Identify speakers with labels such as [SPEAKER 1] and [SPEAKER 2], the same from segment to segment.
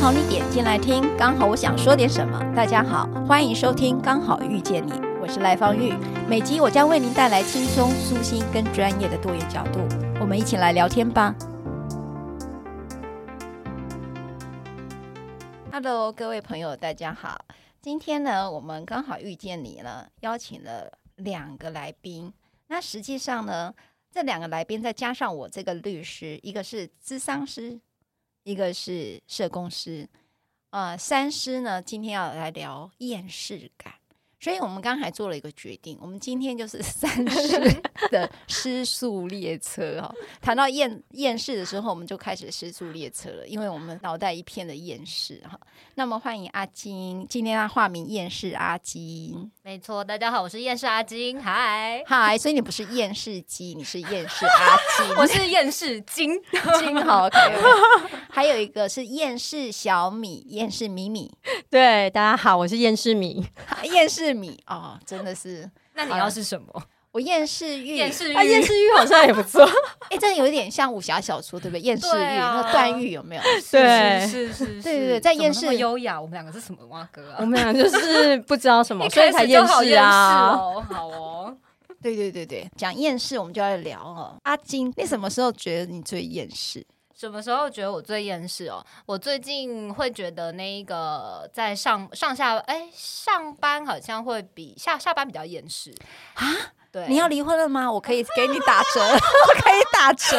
[SPEAKER 1] 好你点进来听，刚好我想说点什么。大家好，欢迎收听《刚好遇见你》，我是赖芳玉。每集我将为您带来轻松、舒心跟专业的多元角度，我们一起来聊天吧。Hello，各位朋友，大家好。今天呢，我们刚好遇见你了，邀请了两个来宾。那实际上呢，这两个来宾再加上我这个律师，一个是咨商师，一个是社工师。呃，三师呢，今天要来聊厌世感，所以我们刚才做了一个决定，我们今天就是三师的失速列车哦。谈到厌厌世的时候，我们就开始失速列车了，因为我们脑袋一片的厌世哈。那么欢迎阿金，今天他化名厌世阿金，
[SPEAKER 2] 没错，大家好，我是厌世阿金，嗨，
[SPEAKER 1] 嗨，所以你不是厌世鸡，你是厌世阿金，
[SPEAKER 2] 我是厌世金，
[SPEAKER 1] 金好 OK，, OK 还有一个是厌世小米，厌世米米，
[SPEAKER 3] 对，大家好，我是厌世米，
[SPEAKER 2] 嗯
[SPEAKER 1] 啊厌世米哦，真的是
[SPEAKER 2] 那你要是什么？
[SPEAKER 1] 我厌世玉，
[SPEAKER 2] 厌世
[SPEAKER 3] 啊，厌
[SPEAKER 2] 玉，
[SPEAKER 3] 世玉好像也不 错，
[SPEAKER 1] 哎，这有一点像武侠小说对不对？厌世玉，
[SPEAKER 2] 对啊
[SPEAKER 1] 那段誉有没有？
[SPEAKER 3] 对，
[SPEAKER 2] 是是是，
[SPEAKER 1] 对对对在厌世
[SPEAKER 2] 怎么那么优雅，我们两个是什么蛙哥
[SPEAKER 3] 我
[SPEAKER 2] 啊？
[SPEAKER 3] 们俩就是不知道什么，
[SPEAKER 2] 一
[SPEAKER 3] 所以
[SPEAKER 2] 开
[SPEAKER 3] 才
[SPEAKER 2] 始就
[SPEAKER 3] 厌
[SPEAKER 2] 好
[SPEAKER 3] 世
[SPEAKER 2] 厌世
[SPEAKER 3] 啊。
[SPEAKER 2] 哦，好哦，
[SPEAKER 1] 对对对对，讲厌世我们就要聊哦。阿金，你什么时候觉得你最厌世？
[SPEAKER 2] 什么时候觉得我最厌世哦？我最近会觉得那一个在上上下哎上班好像会比下下班比较厌世
[SPEAKER 1] 啊。
[SPEAKER 2] 对，
[SPEAKER 1] 你 要离婚了吗？我可以给你打折， 我可以打折。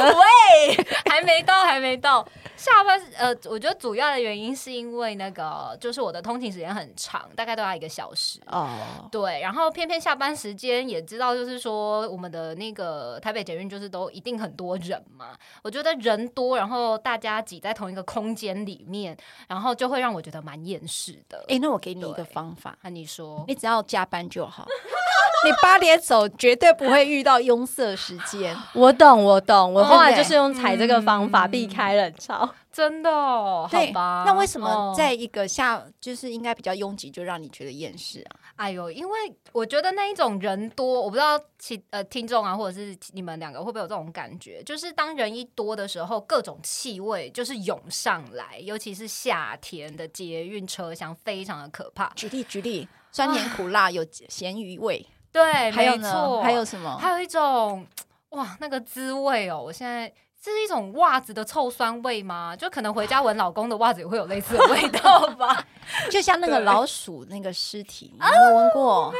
[SPEAKER 2] 还没到，还没到。下班呃，我觉得主要的原因是因为那个，就是我的通勤时间很长，大概都要一个小时。
[SPEAKER 1] 哦，
[SPEAKER 2] 对，然后偏偏下班时间也知道，就是说我们的那个台北捷运就是都一定很多人嘛。我觉得人多，然后大家挤在同一个空间里面，然后就会让我觉得蛮厌世的。
[SPEAKER 1] 哎，那我给你一个
[SPEAKER 2] 对哦
[SPEAKER 1] 方法，
[SPEAKER 2] 那你说
[SPEAKER 1] 你只要加班就好。 你八点走，绝对不会遇到拥塞时间。
[SPEAKER 3] 我懂，我懂，我
[SPEAKER 1] 哦
[SPEAKER 3] 后来
[SPEAKER 1] 对
[SPEAKER 3] 就是用踩这个方法
[SPEAKER 2] 嗯
[SPEAKER 3] 避开冷潮。
[SPEAKER 2] 真的、哦、好
[SPEAKER 1] 对，
[SPEAKER 2] 吧？
[SPEAKER 1] 那为什么
[SPEAKER 2] 哦
[SPEAKER 1] 在一个下、就是应该比较拥挤，就让你觉得厌世啊？
[SPEAKER 2] 哎呦，因为我觉得那一种人多，我不知道其呃听众啊，或者是你们两个会不会有这种感觉？就是当人一多的时候，各种气味就是涌上来，尤其是夏天的捷运车厢非常的可怕。
[SPEAKER 1] 举例举例，酸甜苦辣有咸鱼味，
[SPEAKER 2] 对，
[SPEAKER 1] 还有
[SPEAKER 2] 哎没
[SPEAKER 1] 呢，
[SPEAKER 2] 错，
[SPEAKER 1] 还有什么？
[SPEAKER 2] 还有一种哇，那个滋味哦，我现在。这是一种袜子的臭酸味吗？就可能回家闻老公的袜子也会有类似的味道吧？
[SPEAKER 1] 就像那个
[SPEAKER 2] 对
[SPEAKER 1] 老鼠那个尸体，你有没有闻过？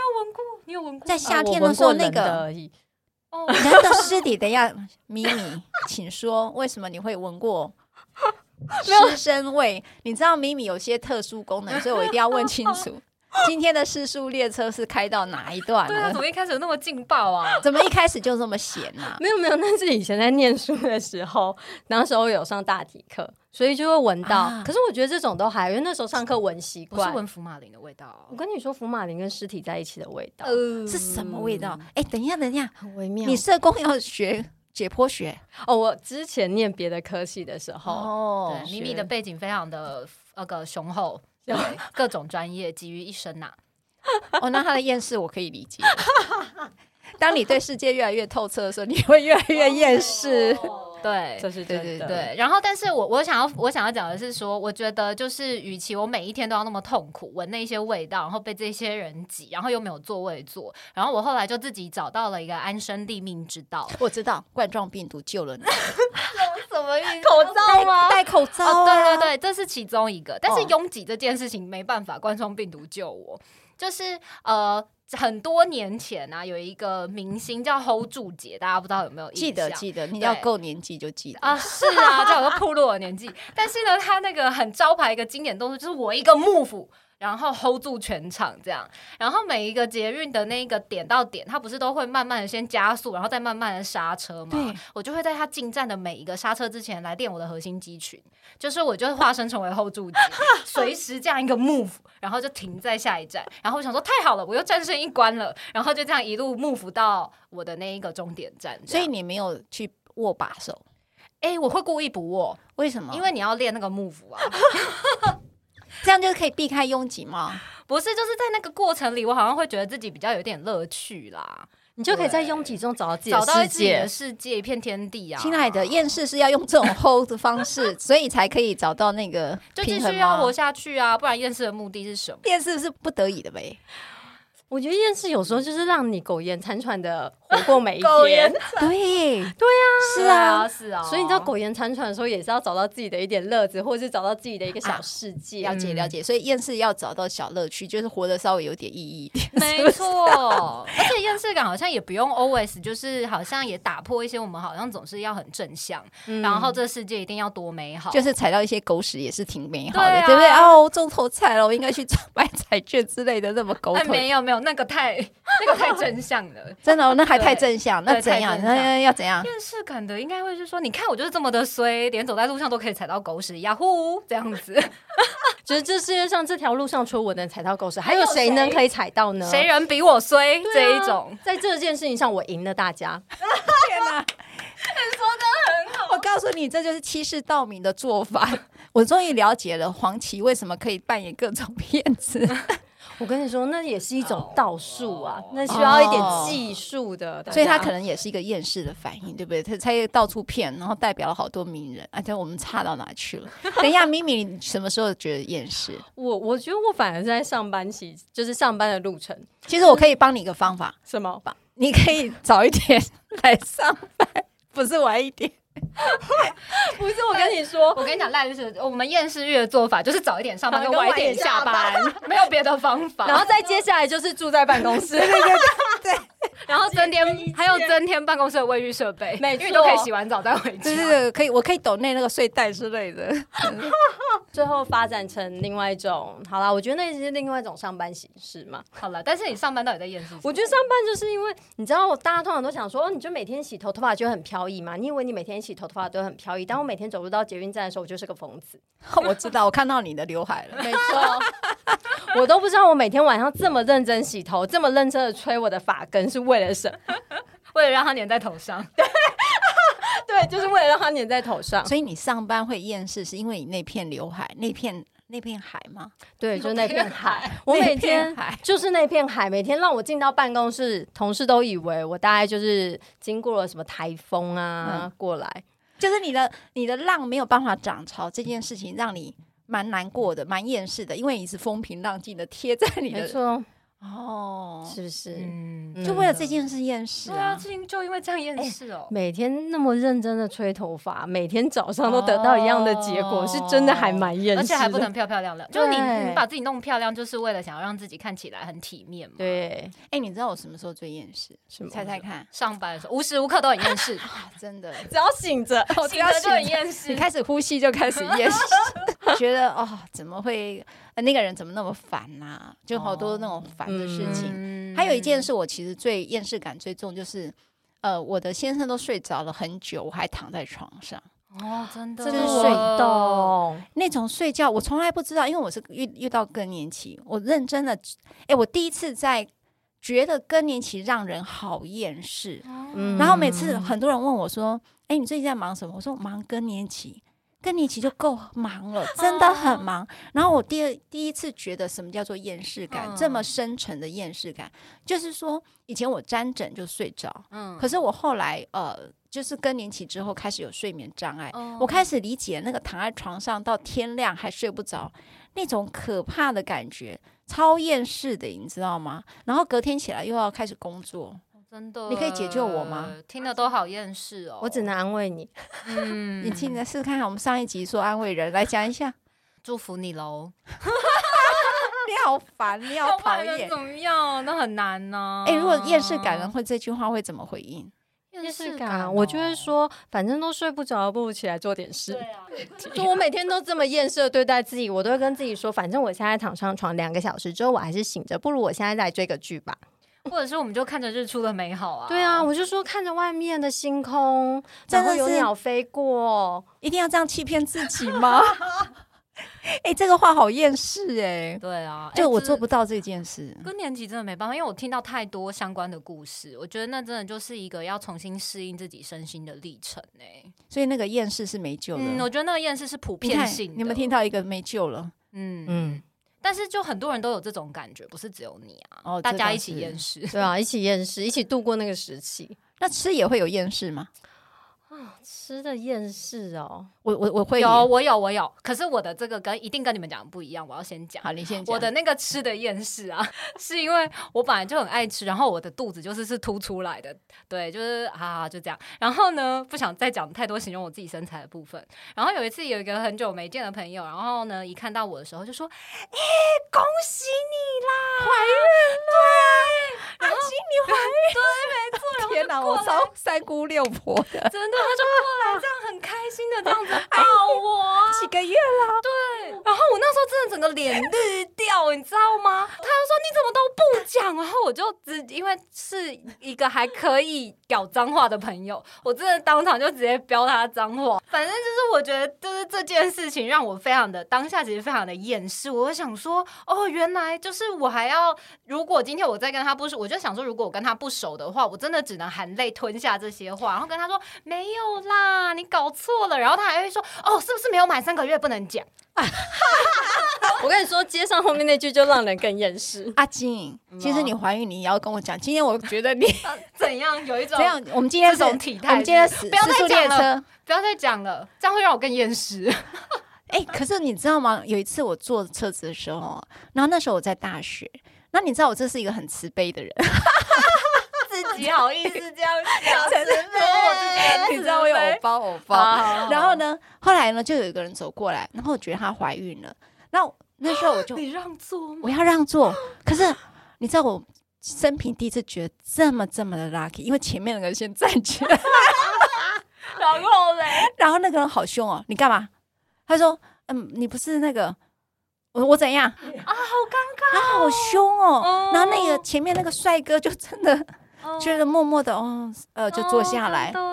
[SPEAKER 2] 你有闻过吗？
[SPEAKER 1] 在夏
[SPEAKER 3] 啊我
[SPEAKER 1] 天
[SPEAKER 3] 闻
[SPEAKER 1] 的时候，
[SPEAKER 3] 过
[SPEAKER 1] 那
[SPEAKER 3] 冷的
[SPEAKER 1] 个
[SPEAKER 3] 而已
[SPEAKER 2] 哦，
[SPEAKER 1] 人的尸体，等一下，咪咪，请说为什么你会闻 过尸身味？你知道咪咪有些特殊功能，所以我一定要问清 楚，今天的尸速列车是开到哪一段
[SPEAKER 2] 对啊，怎
[SPEAKER 1] 呢？
[SPEAKER 2] 么一开始有那么劲爆 啊？
[SPEAKER 1] 怎么一开始就这么咸啊呢、
[SPEAKER 3] 没有没有，那是以前在念书的时候，那时候有上大体课，所以就会闻到
[SPEAKER 1] 啊。
[SPEAKER 3] 可是我觉得这种都还，因为那时候上课闻习
[SPEAKER 2] 不是
[SPEAKER 3] 惯。
[SPEAKER 2] 闻福马林的味道哦
[SPEAKER 3] 我，跟你说，福马林跟尸体在一起的味道
[SPEAKER 2] 呃
[SPEAKER 1] 是什么味道？？哎、等一下，等一下，
[SPEAKER 3] 很微妙
[SPEAKER 1] 你。社工要学解剖学
[SPEAKER 3] 哦，我之前念别的科系的时候，
[SPEAKER 1] 哦
[SPEAKER 2] 对，米米的背景非常的那个雄厚，对各种专业集于一 身呐。
[SPEAKER 1] 哦，那他的厌世我可以理 解。当你对世界越来越透彻的时候，你会越来越厌世。
[SPEAKER 2] 哦对
[SPEAKER 3] 这是
[SPEAKER 1] 对
[SPEAKER 3] 真
[SPEAKER 1] 对
[SPEAKER 3] 的。
[SPEAKER 2] 对，然后但是我我想要我想要讲的是说，我觉得就是，与其我每一天都要那么痛苦，闻那些味道，然后被这些人挤，然后又没有座位坐，然后我后来就自己找到了一个安身立命之道。
[SPEAKER 1] 我知道冠状病毒救了你，
[SPEAKER 2] 什么意思？
[SPEAKER 3] 口罩吗？
[SPEAKER 1] 戴口罩、
[SPEAKER 2] 哦，
[SPEAKER 1] 啊
[SPEAKER 2] 对对对，这是其中一个。但是
[SPEAKER 1] 哦
[SPEAKER 2] 拥挤这件事情没办法，冠状病毒救我。就是呃，很多年前啊，有一个明星叫 Hold 住姐，大家不知道有没有印
[SPEAKER 1] 记得
[SPEAKER 2] 象
[SPEAKER 1] 记得，你
[SPEAKER 2] 对
[SPEAKER 1] 要够年纪就记得。
[SPEAKER 2] 啊，是啊，这样我就暴露我的年纪。但是呢，他那个很招牌一个经典动作，就是我一个幕府。然后 hold 住全场这样，然后每一个捷运的那个点到点，它不是都会慢慢的先加速，然后再慢慢的刹车吗？
[SPEAKER 1] 对，
[SPEAKER 2] 我就会在他进站的每一个刹车之前来练我的核心肌群，就是我就化身成为后柱肌，随时这样一个 move，然后就停在下一站。然后我想说太好了，我又战胜一关了，然后就这样一路 move 到我的那一个终点站。
[SPEAKER 1] 所以，你没有去握把手，
[SPEAKER 2] 哎、我会故意不握，
[SPEAKER 1] 为什么？
[SPEAKER 2] 因为你要练那个 move 啊，
[SPEAKER 1] 这样就可以避开拥挤嘛。
[SPEAKER 2] 不是就是在那个过程里，我好像会觉得自己比较有点乐趣啦。
[SPEAKER 3] 你就可以在拥挤中找到自己的
[SPEAKER 2] 找到
[SPEAKER 3] 世
[SPEAKER 2] 自己的
[SPEAKER 3] 界。
[SPEAKER 2] 世界，一片天地啊！
[SPEAKER 1] 亲爱的，厌世是要用这种 hold 的方式， 所以才可以找到那个
[SPEAKER 2] 就
[SPEAKER 1] 平
[SPEAKER 2] 继
[SPEAKER 1] 衡
[SPEAKER 2] 续要
[SPEAKER 1] 吗
[SPEAKER 2] 活下去啊，不然厌世的目的是什么？
[SPEAKER 1] 厌世是不得已的呗。
[SPEAKER 3] 我觉得厌世有时候就是让你苟延残喘的活过每一
[SPEAKER 2] 苟延
[SPEAKER 3] 天。
[SPEAKER 1] 啊对，
[SPEAKER 2] 是啊，是啊，
[SPEAKER 3] 所以你知道苟延残喘的时候，也是要找到自己的一点乐子，或者是找到自己的一个小
[SPEAKER 1] 啊
[SPEAKER 3] 世界。
[SPEAKER 1] 了解了解。所以厌世要找到小乐趣，就是活得稍微有点意义一点。
[SPEAKER 2] 没错，而且厌世感好像也不用 always，就是好像也打破一些我们好像总是要很正向，
[SPEAKER 3] 嗯
[SPEAKER 2] 然后这世界一定要多美 好，
[SPEAKER 1] 就是踩到一些狗屎也是挺美好的，
[SPEAKER 2] 对
[SPEAKER 1] 对
[SPEAKER 2] 啊
[SPEAKER 1] 不对？哦，我中头彩了，我应该去买彩券之类的，那么狗
[SPEAKER 2] 哎，
[SPEAKER 1] 腿。
[SPEAKER 2] 没有没有，那个太 那个太真相了。
[SPEAKER 1] 真的哦、那还太
[SPEAKER 2] 对
[SPEAKER 1] 正向，
[SPEAKER 2] 对
[SPEAKER 1] 那怎样？
[SPEAKER 2] 太正向
[SPEAKER 1] 那要怎样？
[SPEAKER 2] 厌世感的应该会是说，你看我就是这么的衰，连走在路上都可以踩到狗屎，呀 呼这样子，
[SPEAKER 3] 觉得这世界上这条路上，除了我能踩到狗屎，还有
[SPEAKER 2] 还有
[SPEAKER 3] 谁能
[SPEAKER 2] 谁
[SPEAKER 3] 可以踩到呢？
[SPEAKER 2] 谁人比我衰
[SPEAKER 3] 对啊
[SPEAKER 2] 这一种，
[SPEAKER 3] 在这件事情上，我赢了大家。
[SPEAKER 1] 天哪、我告诉你，这就是欺世盗名的做法。 我终于了解了黄芪为什么可以扮演各种骗 子。
[SPEAKER 3] 我跟你说，那也是一种道术啊
[SPEAKER 2] 哦，
[SPEAKER 3] 那需要一点技术的，大家
[SPEAKER 1] 所以他可能也是一个厌世的反应，对不对？他他也到处骗，然后代表了好多名人，而且我们差到哪去了？ 等一下，咪咪，你什么时候觉得厌世？
[SPEAKER 3] 我我觉得我反而是在上班期，就是上班的路程，
[SPEAKER 1] 其实我可以帮你一个方法，
[SPEAKER 3] 什么吧？
[SPEAKER 1] 你可以早一点来上班，不是晚一 点。
[SPEAKER 3] 不是，我跟你说，
[SPEAKER 2] 我跟你讲，赖就是我们厌世月的做法，就是早一点上班，
[SPEAKER 3] 早
[SPEAKER 2] 啊
[SPEAKER 3] 一
[SPEAKER 2] 跟
[SPEAKER 3] 点
[SPEAKER 2] 晚一点下班，没有别的方 法。
[SPEAKER 3] 然后再接下来就是住在办公室，
[SPEAKER 2] 然后增添，还有增添办公室的卫浴设备，
[SPEAKER 3] 没
[SPEAKER 2] 因为
[SPEAKER 3] 错
[SPEAKER 2] 都可以洗完澡再回
[SPEAKER 1] 就
[SPEAKER 2] 家。
[SPEAKER 1] 是可以，我可以抖内那个睡袋之类的。
[SPEAKER 3] 最后发展成另外一种。好啦，我觉得那是另外一种上班形式嘛。
[SPEAKER 2] 好了，但是你上班到底在厌世什么？
[SPEAKER 3] 我觉得上班就是因为你知道，大家通常都想说，哦，你就每天洗头头发就很飘逸嘛。你以为你每天洗头头发都很飘逸，当我每天走路到捷运站的时候，我就是个疯子。
[SPEAKER 1] 我知道，我看到你的刘海 了。
[SPEAKER 3] 没错，我都不知道我每天晚上这么认真洗头，这么认真的吹我的发根是为了什么？
[SPEAKER 2] 为了让它粘在头上，
[SPEAKER 3] 对，就是为了让它粘在头上。
[SPEAKER 1] 所以你上班会厌世，是因为你那片刘海、那片那片海吗？
[SPEAKER 3] 对，就是那片海， 我
[SPEAKER 1] 那
[SPEAKER 3] 每
[SPEAKER 1] 片
[SPEAKER 3] 天
[SPEAKER 1] 海
[SPEAKER 3] 就是那片海，每天让我进到办公室，同事都以为我大概就是经过了什么台风啊、
[SPEAKER 1] 嗯
[SPEAKER 3] 过来。
[SPEAKER 1] 就是你的你的浪没有办法涨潮这件事情，让你蛮难过的，蛮厌世的，因为你是风平浪静的贴在你
[SPEAKER 3] 没
[SPEAKER 1] 的
[SPEAKER 3] 错，
[SPEAKER 1] 哦，
[SPEAKER 3] 是不是？
[SPEAKER 2] 嗯，
[SPEAKER 3] 嗯
[SPEAKER 1] 就为了这件事厌世
[SPEAKER 2] 对啊，
[SPEAKER 1] 啊。
[SPEAKER 2] 就因就因为这样厌世哦。
[SPEAKER 3] 每天那么认真的吹头发，每天早上都得到一样的结果，是真的哦还蛮厌世的，
[SPEAKER 2] 而且还不能漂漂亮亮，就是你
[SPEAKER 3] 对
[SPEAKER 2] 你把自己弄漂亮，就是为了想要让自己看起来很体面嘛。，
[SPEAKER 3] 对
[SPEAKER 1] 哎、你知道我什么时候啊最厌世？
[SPEAKER 3] 什么
[SPEAKER 1] 猜猜 看，
[SPEAKER 2] 上班的时候无时无刻都很 厌世，
[SPEAKER 1] 啊 真的，
[SPEAKER 3] 只要醒 着，
[SPEAKER 2] 我
[SPEAKER 1] 只要
[SPEAKER 2] 就很
[SPEAKER 1] 醒
[SPEAKER 2] 厌世
[SPEAKER 1] 你。开始呼吸就开 始厌世， 觉得哦，怎么会、呃那个人怎么那么烦呐、啊就好多那种烦的事情。
[SPEAKER 2] 嗯
[SPEAKER 1] 还有一件事，我其实最厌世感最重，就是呃，我的先生都睡着了很久，我还躺在床上。
[SPEAKER 2] 哦，真的，
[SPEAKER 3] 这
[SPEAKER 1] 就是是
[SPEAKER 3] 水洞。
[SPEAKER 1] 那种睡觉，我从来不知道，因为我是遇遇到更年期，我认真的，哎，我第一次在觉得更年期让人好厌世。
[SPEAKER 2] 哦
[SPEAKER 3] 嗯
[SPEAKER 1] 然后每次很多人问我说：“哎，你最近在忙什么？”我说：“忙更年期，更年期就够忙了，真的
[SPEAKER 2] 哦
[SPEAKER 1] 很忙。”然后我第二第一次觉得什么叫做厌世感，这么
[SPEAKER 2] 嗯
[SPEAKER 1] 深沉的厌世感，就是说以前我沾枕就睡着，
[SPEAKER 2] 嗯
[SPEAKER 1] 可是我后来呃，就是更年期之后开始有睡眠障碍，
[SPEAKER 2] 哦
[SPEAKER 1] 我开始理解那个躺在床上到天亮还睡不着那种可怕的感觉，超厌世的，你知道吗？然后隔天起来又要开始工作，
[SPEAKER 2] 真的，
[SPEAKER 1] 你可以解救我吗？
[SPEAKER 2] 听了都好厌世哦，
[SPEAKER 3] 我只能安慰你，
[SPEAKER 2] 嗯
[SPEAKER 1] 你听你来试试看，我们上一集说安慰人，来讲一 下，
[SPEAKER 2] 祝福你喽。
[SPEAKER 1] 你好烦，你好讨
[SPEAKER 2] 要不然
[SPEAKER 1] 厌
[SPEAKER 2] 怎。么样？那很难呢。
[SPEAKER 1] 哎、如果厌世感人会这句话会怎么回应？
[SPEAKER 2] 厌世
[SPEAKER 3] 感啊，
[SPEAKER 2] 哦
[SPEAKER 3] 我就会，说，反正都睡不着，不如起来做点事
[SPEAKER 2] 对。啊，
[SPEAKER 3] 就我每天都这么厌世的对待自己，我都会跟自己说，反正我现在躺上床两个小时之后，我还是醒着，不如我现在来追个剧吧。
[SPEAKER 2] 或者是我们就看着日出的美好啊。
[SPEAKER 3] 对啊，，我就说看着外面的星空，
[SPEAKER 1] 真
[SPEAKER 3] 然
[SPEAKER 1] 的
[SPEAKER 3] 后
[SPEAKER 1] 是
[SPEAKER 3] 有鸟飞过，
[SPEAKER 1] 一定要这样欺骗自己 吗？哎、这个话好厌世哎、
[SPEAKER 2] 对啊，哎
[SPEAKER 1] 就我做。不到这件事。
[SPEAKER 2] 这更年期真的没办法，因为我听到太多相关的故事，我觉得那真的就是一个要重新适应自己身心的历程哎、
[SPEAKER 1] 所以那个厌世是没救的。
[SPEAKER 2] 嗯嗯，我觉得那个厌世是普
[SPEAKER 1] 你看
[SPEAKER 2] 遍性的。
[SPEAKER 1] 你们听？到一个没救了，
[SPEAKER 2] 嗯，
[SPEAKER 3] 嗯，
[SPEAKER 2] 但是就很多人都有这种感觉，不是只有你啊，
[SPEAKER 1] 哦
[SPEAKER 2] 大
[SPEAKER 1] 这
[SPEAKER 2] 家
[SPEAKER 1] 倒
[SPEAKER 2] 一起
[SPEAKER 1] 是
[SPEAKER 2] 厌世。
[SPEAKER 3] 对啊，一起厌世，一起度过那个时期。
[SPEAKER 1] 那吃也会有厌世吗？
[SPEAKER 3] 吃的厌世哦，
[SPEAKER 1] 我我我会
[SPEAKER 2] 有，我有，我有。可是我的这个跟一定跟你们讲的不一样，我要先讲。
[SPEAKER 1] 好，你先讲
[SPEAKER 2] 我的那个吃的厌世啊， 是因为我本来就很爱吃，然后我的肚子就是是凸出来的，对，就是啊就这样。然后呢，不想再讲太多形容我自己身材的部分。然后有一次有一个很久没见的朋友，然后呢一看到我的时候就说：“哎、恭喜你啦，怀孕了！”然后你怀孕， 对，没错。然后
[SPEAKER 1] 天哪，
[SPEAKER 2] 哪，
[SPEAKER 1] 我超三姑六婆的，
[SPEAKER 2] 真的，他就过来这样很开心的这样 子抱我啊，
[SPEAKER 1] 哎几个月了，
[SPEAKER 2] 对，然后我那时候真的整个脸绿掉，你知道吗？他就说你怎么都不讲，然后我就只因为是一个还可以屌脏话的朋友，我真的当场就直接飙他脏话。反正就是我觉得，就是这件事情让我非常的当下，其实非常的厌世。我就想说，哦，原来就是我还要，如果今天我再跟他不熟，我就想说，如果我跟他不熟的话，我真的只能含泪吞下这些话，然后跟他说没有啦，你搞错了。然后他还会说，哦，是不是没有满三个月不能讲？
[SPEAKER 3] 我跟你说，街上后面那句就让人更厌世。
[SPEAKER 1] 阿金，
[SPEAKER 2] 嗯
[SPEAKER 1] 其实你怀孕你也要跟我讲，今天我觉得你
[SPEAKER 2] 怎样？有一种
[SPEAKER 1] 这样，我们今天是
[SPEAKER 2] 这种体态
[SPEAKER 1] 我们今天是
[SPEAKER 2] 不要再
[SPEAKER 1] 四速列
[SPEAKER 2] 讲
[SPEAKER 1] 车
[SPEAKER 2] 了。不要再讲了，这样会让我更厌世。
[SPEAKER 1] 哎、可是你知道吗？有一次我坐车子的时候，然后那时候我在大学，那你知道我这是一个很慈悲的 人，
[SPEAKER 2] 自己好意思这样 讲，
[SPEAKER 1] 真的
[SPEAKER 2] 我自己很慈悲
[SPEAKER 1] 你知道我有偶包偶包， 然
[SPEAKER 2] 哦
[SPEAKER 1] 后呢，后来呢，就有一个人走过来，然后我觉得她怀孕了，然后那时候我就
[SPEAKER 2] 你让座吗？
[SPEAKER 1] 我要让座，可是你知道我生平第一次觉得这么这么的 lucky，因为前面那个人先站起来，
[SPEAKER 2] 然后嘞，
[SPEAKER 1] 然后那个人好凶哦，你干嘛？他说，嗯，你不是那个。我我怎样？
[SPEAKER 2] 啊，好
[SPEAKER 1] 他好凶哦
[SPEAKER 2] 哦！
[SPEAKER 1] 然后那个前面那个帅哥就真的
[SPEAKER 2] 尴尬，
[SPEAKER 1] 觉得默默的哦，呃，就坐下
[SPEAKER 2] 哦
[SPEAKER 1] 来。可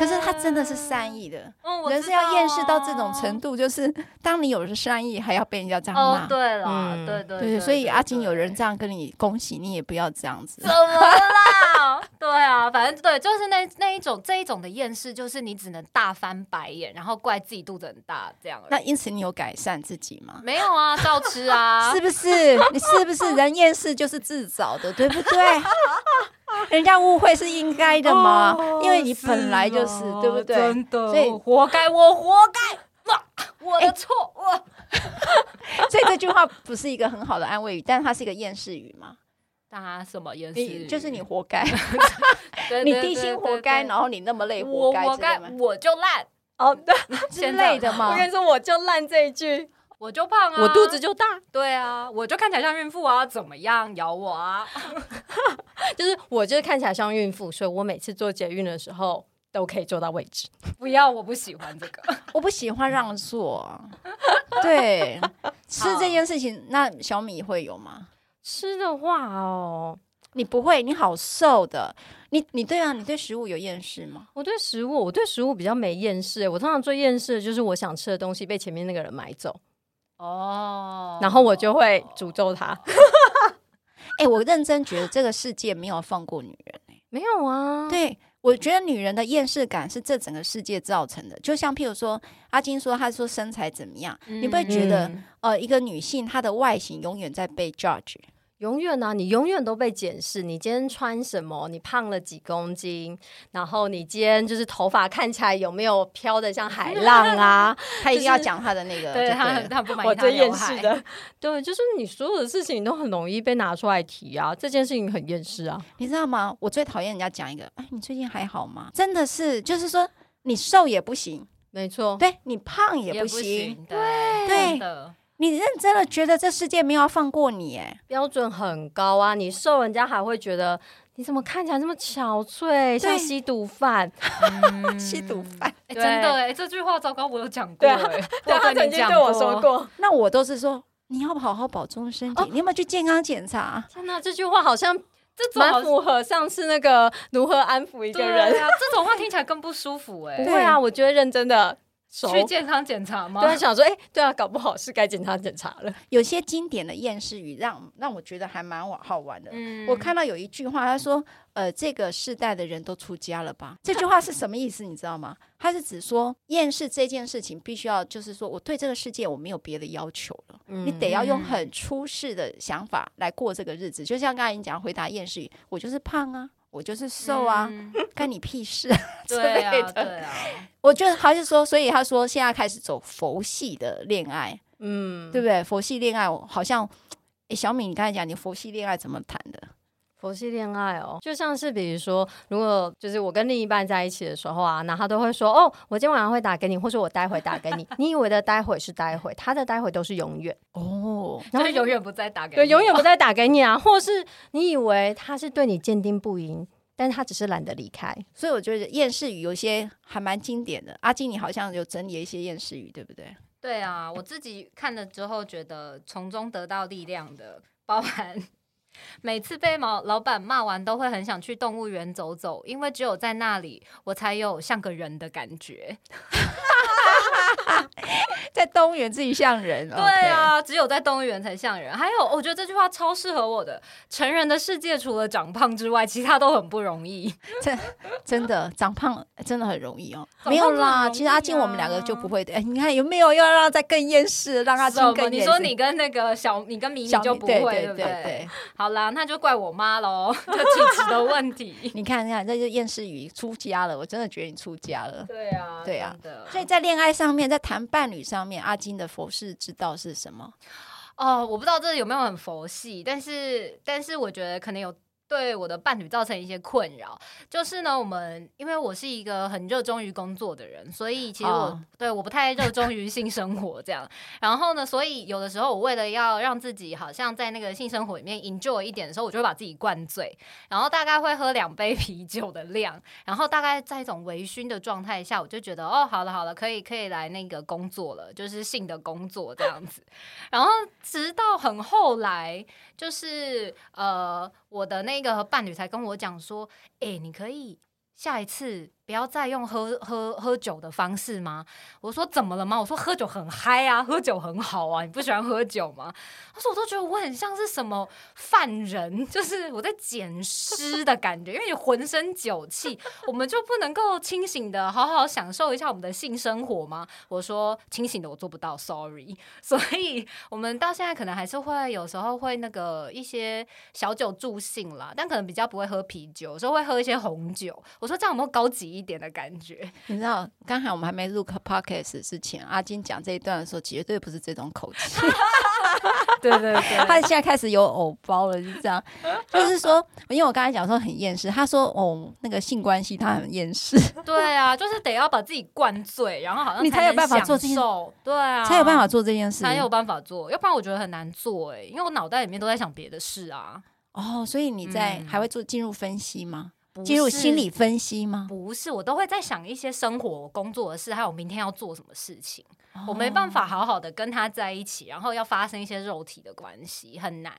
[SPEAKER 2] 可
[SPEAKER 1] 是他真的是善，意的，
[SPEAKER 2] 嗯我
[SPEAKER 1] 人是
[SPEAKER 2] 知道
[SPEAKER 1] 要厌世到这种
[SPEAKER 2] 啊
[SPEAKER 1] 程度，就是当你有的是善意，还要被人家这样
[SPEAKER 2] 哦
[SPEAKER 1] 骂，。
[SPEAKER 2] 对了，
[SPEAKER 3] 嗯
[SPEAKER 2] 对对
[SPEAKER 1] 对，所以阿金有。
[SPEAKER 2] 对
[SPEAKER 1] 人这样跟你恭喜，你也不要这样子
[SPEAKER 2] 怎。么啦？ 对啊，反正对，就是那那一种这一种的厌世，就是你只能大翻白眼，然后怪自己肚子很大这样而已。
[SPEAKER 1] 那因此你有改善自己吗？，
[SPEAKER 2] 没有啊，照吃啊
[SPEAKER 1] 是不 是？你是不是人厌世就是自找的，对不对？人家误会是应该的嘛，
[SPEAKER 2] 哦
[SPEAKER 1] 因为你本来就是，对不对？
[SPEAKER 2] 的
[SPEAKER 1] 所以哎
[SPEAKER 2] 我活该，我活该， 哇我的错，我
[SPEAKER 1] 所以这句话不是一个很好的安慰语，但它是一个厌世语嘛。
[SPEAKER 2] 打什么厌世
[SPEAKER 1] 你？就是你活该，
[SPEAKER 2] 对，
[SPEAKER 1] 你
[SPEAKER 2] 对
[SPEAKER 1] 低薪活该，然后你那么累活
[SPEAKER 2] 我
[SPEAKER 1] 该
[SPEAKER 2] 活
[SPEAKER 1] 之类
[SPEAKER 2] 该，
[SPEAKER 1] 的吗，
[SPEAKER 2] 我就烂，
[SPEAKER 3] 哦，对，
[SPEAKER 1] 之类的嘛
[SPEAKER 3] 我。跟你说，我就烂这一句，
[SPEAKER 2] 我就胖啊，
[SPEAKER 3] 我肚子就大，
[SPEAKER 2] 对啊，我就看起来像孕妇啊，怎么样咬我啊？
[SPEAKER 3] 就是我就是看起来像孕妇，所以我每次做捷运的时候都可以坐到位置。
[SPEAKER 2] 不要，我不喜欢这个。
[SPEAKER 1] 我不喜欢让座， 对，吃
[SPEAKER 2] 好
[SPEAKER 1] 这件事情，那小米会有吗？
[SPEAKER 3] 吃的话哦，
[SPEAKER 1] 你不会，你好瘦的，你你对啊，你对食物有厌世吗？
[SPEAKER 3] 我对食物，我对食物比较没厌世。欸我通常最厌世的就是我想吃的东西被前面那个人买走，
[SPEAKER 2] 哦
[SPEAKER 3] 然后我就会诅咒他。
[SPEAKER 1] 哎、我认真觉得这个世界没有放过女人。
[SPEAKER 3] 没有啊，
[SPEAKER 1] 对，我觉得女人的厌世感是这整个世界造成的。就像譬如说，阿金说，他说身材怎么样，你不会觉得、
[SPEAKER 3] 嗯
[SPEAKER 1] 呃，一个女性她的外形永远在被 judge。
[SPEAKER 3] 永远啊，你永远都被检视。你今天穿什么？你胖了几公斤？然后你今天就是头发看起来有没有飘的像海浪啊？
[SPEAKER 1] 她一定要
[SPEAKER 3] 就是
[SPEAKER 1] 讲她的那个就
[SPEAKER 2] 对
[SPEAKER 1] 对
[SPEAKER 2] 他
[SPEAKER 1] 了，
[SPEAKER 2] 很他不满意
[SPEAKER 3] 我
[SPEAKER 2] 他的
[SPEAKER 3] 最
[SPEAKER 2] 刘
[SPEAKER 3] 哦厌世
[SPEAKER 2] 海。
[SPEAKER 3] 的，对，就是你所有的事情都很容易被拿出来提啊。这件事情很厌世啊。
[SPEAKER 1] 你知道吗？我最讨厌人家讲一个，哎，你最近还好吗？真的是，就是说你瘦也不行，
[SPEAKER 3] 没错，
[SPEAKER 1] 对你胖也不行，
[SPEAKER 2] 行，对
[SPEAKER 1] 对
[SPEAKER 2] 真的
[SPEAKER 1] 你认真的觉得这世界没有要放过你，哎，
[SPEAKER 3] 标准很高啊。你瘦，人家还会觉得你怎么看起来这么憔悴，像吸毒犯。
[SPEAKER 1] 吸毒犯。
[SPEAKER 2] 哎
[SPEAKER 3] 对
[SPEAKER 2] 真的哎，这句话糟糕，我有讲过
[SPEAKER 3] 对
[SPEAKER 2] 哎，
[SPEAKER 3] 啊
[SPEAKER 2] 我跟你讲过。
[SPEAKER 3] 过。
[SPEAKER 1] 那我都是说，你要好好保重身体，
[SPEAKER 2] 哦
[SPEAKER 1] 你有没有去健康检查？
[SPEAKER 3] 天哪，这句话好 像
[SPEAKER 2] 这种好
[SPEAKER 3] 蛮符合上次那个如何安抚一个人
[SPEAKER 2] 对。啊，这种话听起来更不舒服哎、
[SPEAKER 3] 不会啊，我觉得认真的熟。
[SPEAKER 2] 去健康检查吗？
[SPEAKER 3] 对啊，想说，哎、对啊，搞不好是该检查检查了。
[SPEAKER 1] 有些经典的厌世语让让我觉得还蛮好好玩的。
[SPEAKER 2] 嗯
[SPEAKER 1] 我看到有一句话，他说：“呃，这个世代的人都出家了 吧？”这句话是什么意思？你知道吗？他是指说厌世这件事情必须要，就是说我对这个世界我没有别的要求了。
[SPEAKER 3] 嗯
[SPEAKER 2] 嗯
[SPEAKER 1] 你得要用很出世的想法来过这个日子。就像刚才你讲回答厌世语，我就是胖啊，我就是瘦啊，
[SPEAKER 2] 嗯
[SPEAKER 1] 干你屁事啊 之
[SPEAKER 2] 对
[SPEAKER 1] 类
[SPEAKER 2] 啊，
[SPEAKER 1] 的。
[SPEAKER 2] 对啊，
[SPEAKER 1] 我觉得他是说，所以他说现在开始走佛系的恋爱，
[SPEAKER 3] 嗯，
[SPEAKER 1] 对不对？佛系恋爱我好像，诶小敏，你刚才讲你佛系恋爱怎么谈的？
[SPEAKER 3] 佛系恋爱哦，就像是比如说，如果就是我跟另一半在一起的时候啊，那他都会说哦，我今天晚上会打给你，或者我待会打给你。你以为的待会是待会，他的待会都是永远，
[SPEAKER 1] 哦，
[SPEAKER 3] 然
[SPEAKER 2] 就
[SPEAKER 3] 后
[SPEAKER 2] 是永远不再打给
[SPEAKER 3] 对
[SPEAKER 2] 你
[SPEAKER 3] 永远不再打给你啊，或是你以为他是对你坚定不移，但他只是懒得离开。
[SPEAKER 1] 所以我觉得厌世语有些还蛮经典的。阿金，你好像有整理了一些厌世语，对不 对？
[SPEAKER 2] 对啊，我自己看了之后觉得从中得到力量的，包含每次被老老板骂完都会很想去动物园走走，因为只有在那里我才有像个人的感觉。
[SPEAKER 1] 在动物园自己像人，
[SPEAKER 2] 对 啊，只有在动物园才像人。还有，哦我觉得这句话超适合我的。成人的世界除了长胖之外，其他都很不容易。
[SPEAKER 1] OK，真的长胖真的很容易哦。
[SPEAKER 2] 长胖
[SPEAKER 1] 没有
[SPEAKER 2] 真的很
[SPEAKER 1] 啦，
[SPEAKER 2] 容易啊
[SPEAKER 1] 其实阿金我们两个就不会的。哎，你看有没有要让他更厌世，让阿金
[SPEAKER 2] 什么？
[SPEAKER 1] 更
[SPEAKER 2] 你
[SPEAKER 1] 厌世？
[SPEAKER 2] 说你跟那个小，你跟米米
[SPEAKER 1] 小
[SPEAKER 2] 就
[SPEAKER 1] 米
[SPEAKER 2] 不
[SPEAKER 1] 对
[SPEAKER 2] 会，
[SPEAKER 1] 对
[SPEAKER 2] 不
[SPEAKER 1] 对对？
[SPEAKER 2] 好啦，那就怪我妈喽， 这体质的问题。
[SPEAKER 1] 你看，你看，这就厌世语出家了。我真的觉得你出家了。
[SPEAKER 2] 对啊，
[SPEAKER 1] 对啊
[SPEAKER 2] 真的，
[SPEAKER 1] 所以在恋爱上面，在谈伴侣上面，阿金的佛事之道是什么？
[SPEAKER 2] 哦，我不知道这有没有很佛系，但是但是我觉得可能有对我的伴侣造成一些困扰。就是呢，我们因为我是一个很热衷于工作的人，所以其实我、
[SPEAKER 1] 哦
[SPEAKER 2] 对我不太热衷于性生活这样。然后呢，所以有的时候我为了要让自己好像在那个性生活里面 enjoy 一点的时候，我就会把自己灌醉，然后大概会喝两杯 啤酒的量，然后大概在一种微醺的状态下，我就觉得哦，好了好了，可以可以来那个工作了，就是性的工作这样子。然后直到很后来，就是呃，我的那个伴侣才跟我讲说，哎、你可以下一次不要再用喝喝喝酒的方式吗？我说怎么了吗？我说喝酒很嗨啊，喝酒很好啊，你不喜欢喝酒吗？他说我都觉得我很像是什么犯人，就是我在捡尸的感觉，因为你浑身酒气，我们就不能够清醒的好好享受一下我们的性生活吗？我说清醒的我做不到，sorry。所 以我们到现在可能还是会有时候会那个一些小酒助兴啦，但可能比较不会喝啤酒，有时候会喝一些红酒。我说这样有没有高级一点的感 觉？
[SPEAKER 1] 你知道，刚才我们还没录 podcast 之前，阿金讲这一段的时候，绝对不是这种口 气。
[SPEAKER 2] 对对对
[SPEAKER 1] 他现在开始有偶包了，是这样。就是说，因为我刚才讲说很厌世，他说哦，那个性关系他很厌世，
[SPEAKER 2] 对啊，就是得要把自己灌醉，然后好像
[SPEAKER 1] 你才有
[SPEAKER 2] 能
[SPEAKER 1] 办法
[SPEAKER 2] 享
[SPEAKER 1] 做这件
[SPEAKER 2] 受，对啊，
[SPEAKER 1] 才有办法做这件事。
[SPEAKER 2] 才有办法做，要不然我觉得很难做哎、因为我脑袋里面都在想别的事啊。
[SPEAKER 1] 哦，所以你在
[SPEAKER 2] 嗯
[SPEAKER 1] 还会做进入分析吗？
[SPEAKER 2] 不
[SPEAKER 1] 进入
[SPEAKER 2] 是
[SPEAKER 1] 心理分析吗？
[SPEAKER 2] 不是，我都会在想一些生活、工作的事，还有明天要做什么事情。我没办法好好的跟他在一起，然后要发生一些肉体的关系，很难。